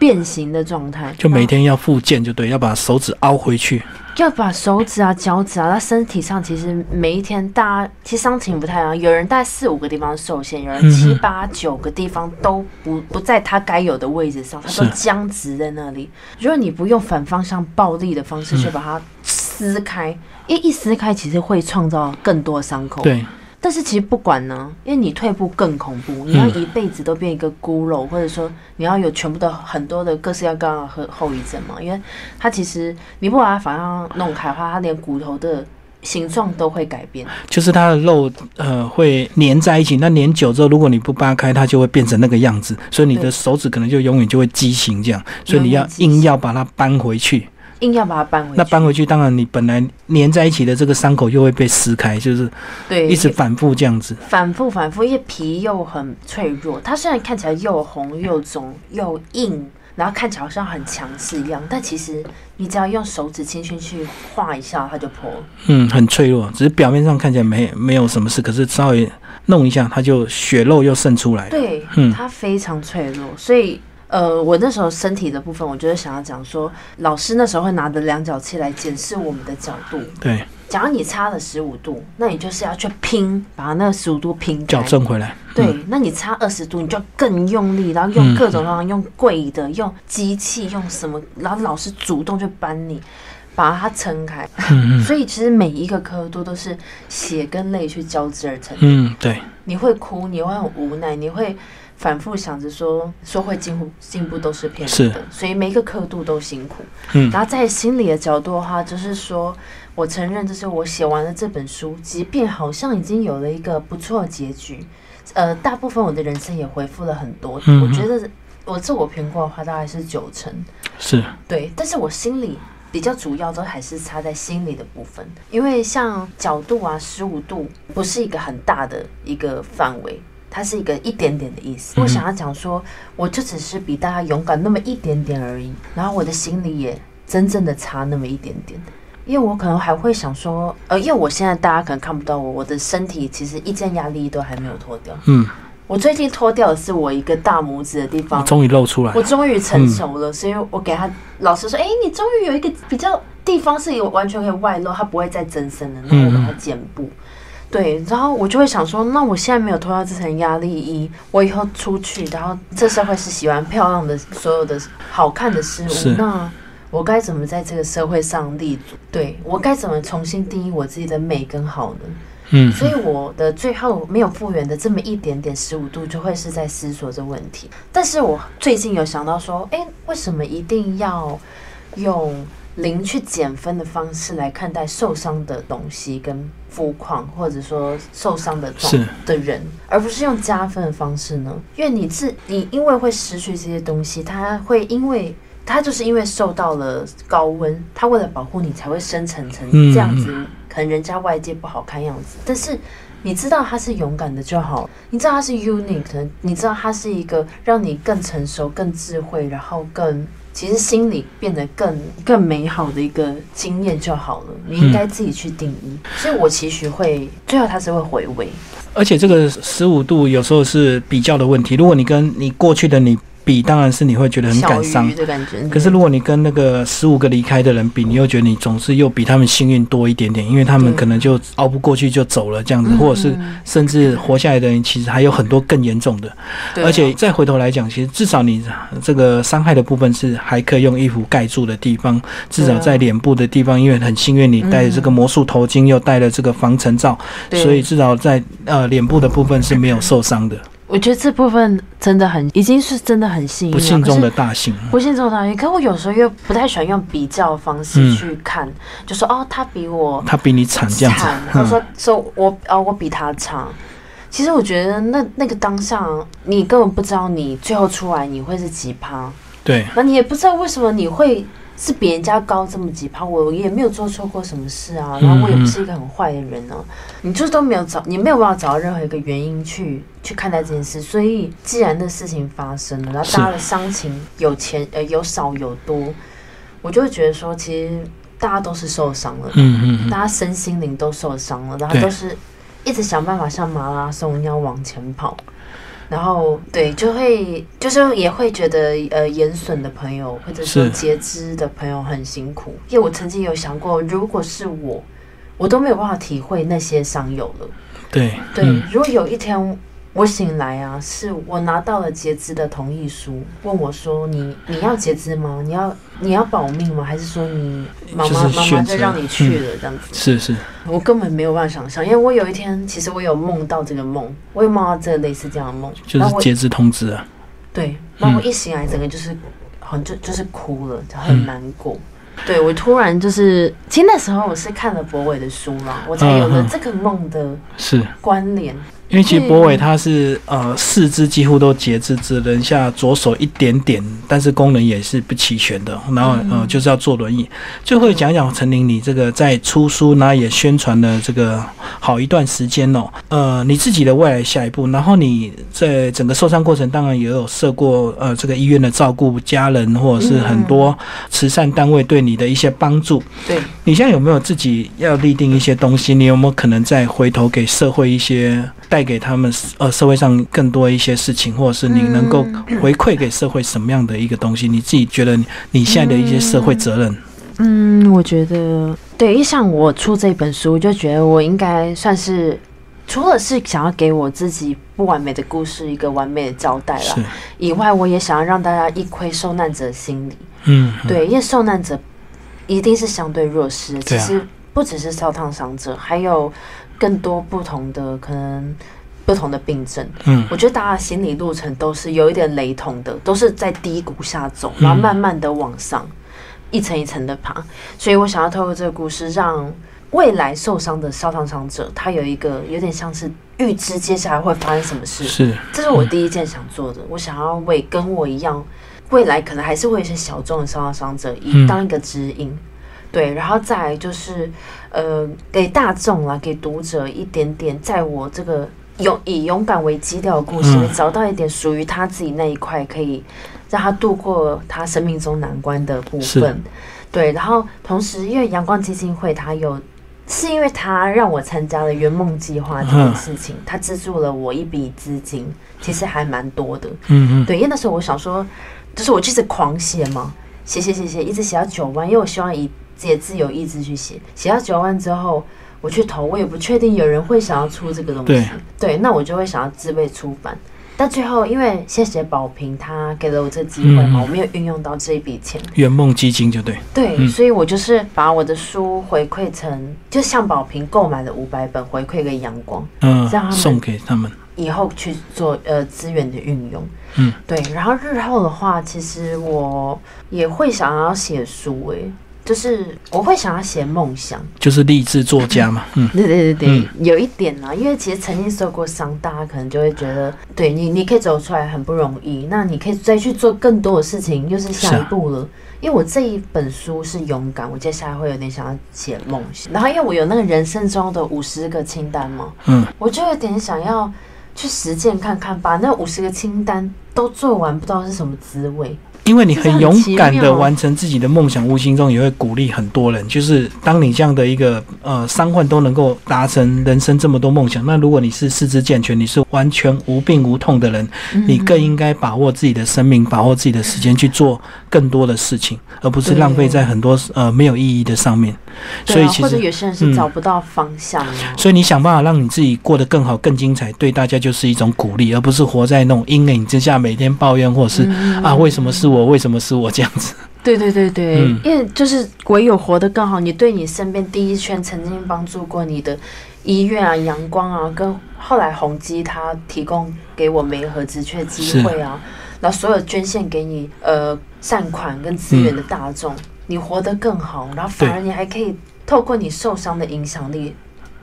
变形的状态，
就每天要复健，就对，要把手指凹回去，
要把手指啊、脚趾啊，他身体上其实每一天大家其实伤情不太一样，有人大概四五个地方受限，
嗯
有人七八九个地方都不不在他该有的位置上，他都
是嗯
僵直在那里。如果你不用反方向暴力的方式去把它撕开，因为一撕开其实会创造更多伤口。
对，
但是其实不管呢，因为你退步更恐怖，你要
嗯
一辈子都变一个孤陋，或者说你要有全部的很多的各式各样的后后遗症嘛。因为它其实你不把它反向弄开的话，它连骨头的形状都会改变。
就是它的肉呃会粘在一起，那粘久之后，如果你不扒开，它就会变成那个样子，所以你的
对
手指可能就永远就会畸形这样，所以你要
永远畸形
硬要把它搬回去。
硬要把它搬回去，
那搬回去，当然你本来粘在一起的这个伤口又会被撕开，就是
对
一直反复这样子。
反复反复，因为皮又很脆弱，它虽然看起来又红又肿又硬，然后看起来好像很强势一样，但其实你只要用手指轻轻去划一下，它就破了。
嗯，很脆弱，只是表面上看起来没没有什么事，可是稍微弄一下，它就血肉又渗出来了。
对，
嗯
它非常脆弱，所以。呃，我那时候身体的部分，我就是想要讲说，老师那时候会拿着量角器来检视我们的角度。
对，
假如你差了十五度，那你就是要去拼，把那十五度拼
矫
开。
正回来。嗯
对，那你差二十度，你就要更用力，然后用各种方法，用跪的，用机器，用什么，然后老师主动去搬你，把它撑开。
嗯嗯
所以其实每一个科都都是血跟泪去交织而成。
嗯，对，
你会哭，你会很无奈，你会反复想着说说会进步进步都是骗人的，所以每一个刻度都辛苦。
嗯
然后在心理的角度的话，就是说我承认，就是我写完了这本书，即便好像已经有了一个不错的结局，呃，大部分我的人生也回复了很多。
嗯
我觉得我自我评估的话，大概是九成。
是，
对，但是我心里比较主要都还是差在心里的部分，因为像角度啊、十五度不是一个很大的一个范围。它是一个一点点的意思。
嗯
我想要讲说，我就只是比大家勇敢那么一点点而已，然后我的心里也真正的差那么一点点。因为我可能还会想说，呃，因为我现在大家可能看不到我，我的身体其实一件压力都还没有脱掉。
嗯，
我最近脱掉的是我一个大拇指的地方，
终于露出来
我
了。
终于成熟了，所以我给他老师说：“哎、你终于有一个比较地方是有完全可以外露，它不会再增生了。”
嗯
那我把它剪布。对，然后我就会想说，那我现在没有脱掉这层压力衣，我以后出去，然后这社会是喜欢漂亮的所有的好看的事
是
物，那我该怎么在这个社会上立足？对我该怎么重新定义我自己的美跟好呢？
嗯，
所以我的最后没有复原的这么一点点十五度，就会是在思索这问题。但是我最近有想到说，诶，为什么一定要用零去减分的方式来看待受伤的东西跟肤况，或者说受伤的状
是
的人，而不是用加分的方式呢？因为你自你因为会失去这些东西，它会因为。它就是因为受到了高温，它为了保护你才会生成成
嗯
这样子，可能人家外界不好看样子，但是你知道他是勇敢的就好，你知道他是 unique 的，你知道他是一个让你更成熟、更智慧，然后更其实心里变得更更美好的一个经验就好了。你应该自己去定义。
嗯
所以我期许会最后他是会回味，
而且这个十五度有时候是比较的问题。如果你跟你过去的你比，当然是你会觉得很
小
感伤
鱼。的感觉。
可是如果你跟那个十五个离开的人比，你又觉得你总是又比他们幸运多一点点，因为他们
对
可能就熬不过去就走了这样子，或者是
嗯
甚至活下来的人其实还有很多更严重的。
对啊
而且再回头来讲，其实至少你这个伤害的部分是还可以用衣服盖住的地方，至少在脸部的地方，因为很幸运你戴了这个魔术头巾，又戴了这个防尘罩，
嗯对
所以至少在呃脸部的部分是没有受伤的，
我觉得这部分真的很已经是真的很幸运
不
了，
幸中
可是
的大幸。
不信这种东西，可我有时候又不太喜欢用比较的方式去看，就说哦，他比我
他比你惨嗯这样子，嗯
惨，或者说说我哦，我比他差。其实我觉得那那个当下，你根本不知道你最后出来你会是几趴，
对，
那你也不知道为什么你会是比人家高这么几趴，我也没有做错过什么事啊，然后我也不是一个很坏的人呢、哦你就是都没有找，你没有办法找到任何一个原因去去看待这件事，所以既然那事情发生了，然后
是
大家的伤情有钱呃有少有多，我就会觉得说，其实大家都是受伤了，
嗯嗯嗯，
大家身心灵都受伤了，然后
对
都是一直想办法像马拉松一样往前跑，然后对，就会就是也会觉得呃，减损的朋友或者说
是
截肢的朋友很辛苦，因为我曾经有想过，如果是我，我都没有办法体会那些伤友了。
对，
对，
嗯
如果有一天我醒来啊，是我拿到了截肢的同意书，问我说你你要截肢吗？你要你要保命吗？还是说你妈
就
妈
是
妈妈
选择嗯
就让你去了这样子？
是是，
我根本没有办法想象，因为我有一天其实我有梦到这个梦，我有梦到这个类似这样的梦，
就
然
是嗯
后我
截肢通知啊。
对，然后我一醒来整个就是很就就是哭了，
嗯
很难过。对我突然就是，其实那时候我是看了博伟的书啦，我才有了
嗯嗯
这个梦的
是
关联。
因为其实
嗯
博伟他是呃四肢几乎都截肢，只能下左手一点点，但是功能也是不齐全的。然后呃就是要坐轮椅。最后讲讲陈琳，你这个在出书，那也宣传了这个好一段时间哦。呃，你自己的未来下一步，然后你在整个受伤过程，当然也有涉过呃这个医院的照顾家人，或者是很多慈善单位对你的一些帮助。
对，
你现在有没有自己要立定一些东西？你有没有可能再回头给社会一些带给他们呃社会上更多一些事情，或者是你能够
嗯
回馈给社会什么样的一个东西？你自己觉得你你现在的一些社会责任，
嗯，我觉得对，一像我出这本书，我就觉得我应该算是。除了是想要给我自己不完美的故事一个完美的交代
是
啦，以外，我也想要让大家一窥受难者的心理。
嗯，嗯
对，因为受难者一定是相对弱势的，
对
其
啊
实不只是烧烫伤者，还有更多不同的可能不同的病症。
嗯
我觉得大家的心理路程都是有一点雷同的，都是在低谷下走，
嗯
然后慢慢的往上，一层一层的爬。所以我想要透过这个故事，让未来受伤的烧烫伤者，他有一个有点像是预知接下来会发生什么事，
是
这是我
嗯
第一件想做的，我想要为跟我一样，未来可能还是会有一些小众的烧伤伤者，以
嗯
当一个指引。对，然后再来就是，呃，给大众啦，给读者一点点，在我这个勇以勇敢为基调的故事，里
嗯
找到一点属于他自己那一块，可以让他度过他生命中难关的部
是
分。对，然后同时，因为阳光基金会它有是因为他让我参加了圆梦计划这件事情，他资助了我一笔资金，其实还蛮多的。
嗯嗯
对，因为那时候我想说，就是我就是狂写嘛，写写写写，一直写到九万，因为我希望以也自由意志去写。写到九万之后，我去投，我也不确定有人会想要出这个东西。
对
对，那我就会想要自备出版。但最后，因为谢谢宝平他给了我这个机会嘛，
嗯
我没有运用到这一笔钱，
圆梦基金就对，
对，
嗯
所以我就是把我的书回馈成，就像宝瓶购买了五百本，回馈给阳光，
嗯、
这样他们
送给他们，
以后去做呃资源的运用。
嗯，
对。然后日后的话，其实我也会想要写书、诶，就是我会想要写梦想。
就是励志作家嘛，嗯，
[LAUGHS] 对对对对，
嗯
有一点啊啦，因为其实曾经受过伤，大家可能就会觉得，对你，你可以走出来很不容易，那你可以再去做更多的事情，又是
是
下
啊
一步了。因为我这一本书是勇敢，我接下来会有点想要写梦想，然后因为我有那个人生中的五十个清单嘛，
嗯，
我就有点想要去实践看看，把那五十个清单都做完，不知道是什么滋味。
因为你很勇敢
这是很奇
的
妙
完成自己的梦想，无形中也会鼓励很多人。就是当你这样的一个呃伤患都能够达成人生这么多梦想，那如果你是四肢健全，你是完全无病无痛的人，
嗯
你更应该把握自己的生命，把握自己的时间去做更多的事情，而不是
对
浪费在很多呃没有意义的上面。所
对
以
啊，
其
或者
实。
有些人是
嗯
找不到方向啊。
所以你想办法让你自己过得更好、更精彩，对大家就是一种鼓励，而不是活在那种阴影之下，每天抱怨或者
嗯
是、啊为什么是我，为什么是我这样子。
对对对对，
嗯
因为就是唯有活得更好，你对你身边第一圈曾经帮助过你的医院啊、阳光啊，跟后来宏基他提供给我媒合职缺机会啊，然后所有捐献给你呃善款跟资源的大众，你活得更好，然后反而你还可以透过你受伤的影响力，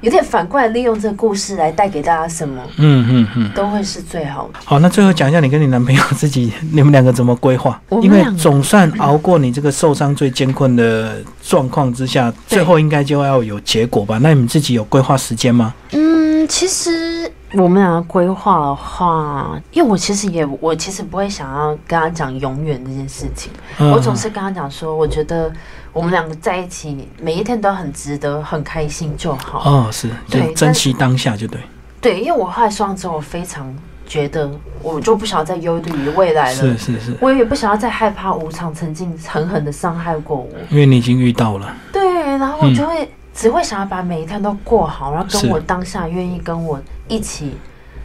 有点反过来利用这个故事来带给大家什么，
嗯嗯嗯。
都会是最好的。
好，那最后讲一下你跟你男朋友自己，你们两个怎么规划
我？们
因为
两个
总算熬过你这个受伤最艰困的状况之下，
对
最后应该就要有结果吧？那你们自己有规划时间吗？
嗯，其实我们两个规划的话，因为我其实也我其实不会想要跟他讲永远这件事情，
嗯
我总是跟他讲说，我觉得我们两个在一起每一天都很值得，很开心就好。
哦，是就
对
珍惜当下就对，
对，因为我后来双之后，我非常觉得我就不想要再忧虑于未来
是
了，
是是，
我也不想要再害怕无常曾经狠狠的伤害过我。
因为你已经遇到了，
对，然后我
嗯
就会、只会想要把每一天都过好，然后
是
跟我当下愿意跟我一起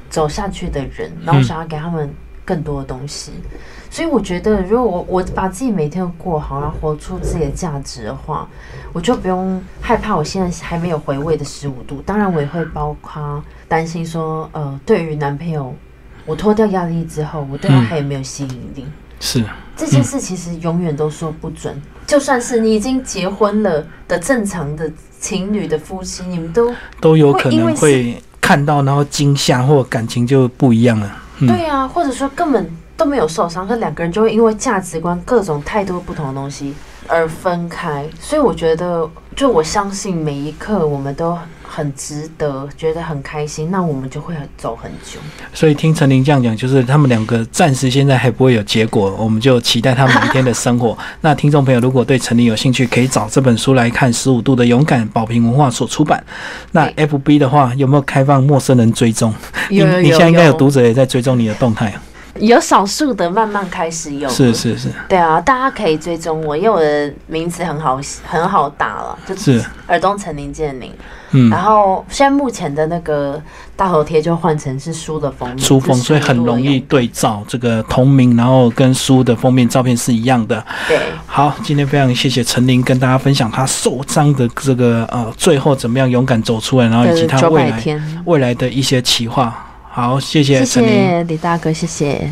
走下去的人，然
嗯
后想要给他们更多的东西。所以我觉得，如果我我把自己每天过好，然后活出自己的价值的话，我就不用害怕我现在还没有回味的十五度。当然，我也会包括担心说，呃，对于男朋友，我脱掉压力之后，我对
嗯
他还有没有吸引力？
是
这件事其实永远都说不准。就算是你已经结婚了的正常的情侣的夫妻，你们都
都有
会
可
因为
能
是
会看到，然后惊吓或感情就不一样了。嗯
对啊，或者说根本都没有受伤，可两个人就会因为价值观、各种太多不同的东西而分开。所以我觉得，就我相信每一刻我们都很值得，觉得很开心，那我们就会走很久。
所以听陈琳这样讲，就是他们两个暂时现在还不会有结果，我们就期待他们每天的生活。那听众朋友如果对陈琳有兴趣，可以找这本书来看，《十五度的勇敢》，宝瓶文化所出版。那 FB 的话，有没有开放陌生人追踪？
有
你
有
你现在应该有
有
读者也在追踪你的动态啊。
有少数的慢慢开始有，
是是是，
对啊，大家可以追踪我，因为我的名字很好很好打了，就是耳东陈林建林。
嗯，
然后现在目前的那个大头贴就换成是书的封面，
书封，
就是
所以很
书的
容易
用
对照这个同名，然后跟书的封面照片是一样的。
对。
好，今天非常谢谢陈琳跟大家分享她受伤的这个呃，最后怎么样勇敢走出来，然后以及
对，
她
九
未
百
来
天，
未来的一些企划。好，谢谢
谢
陈琳。
谢李大哥，谢谢。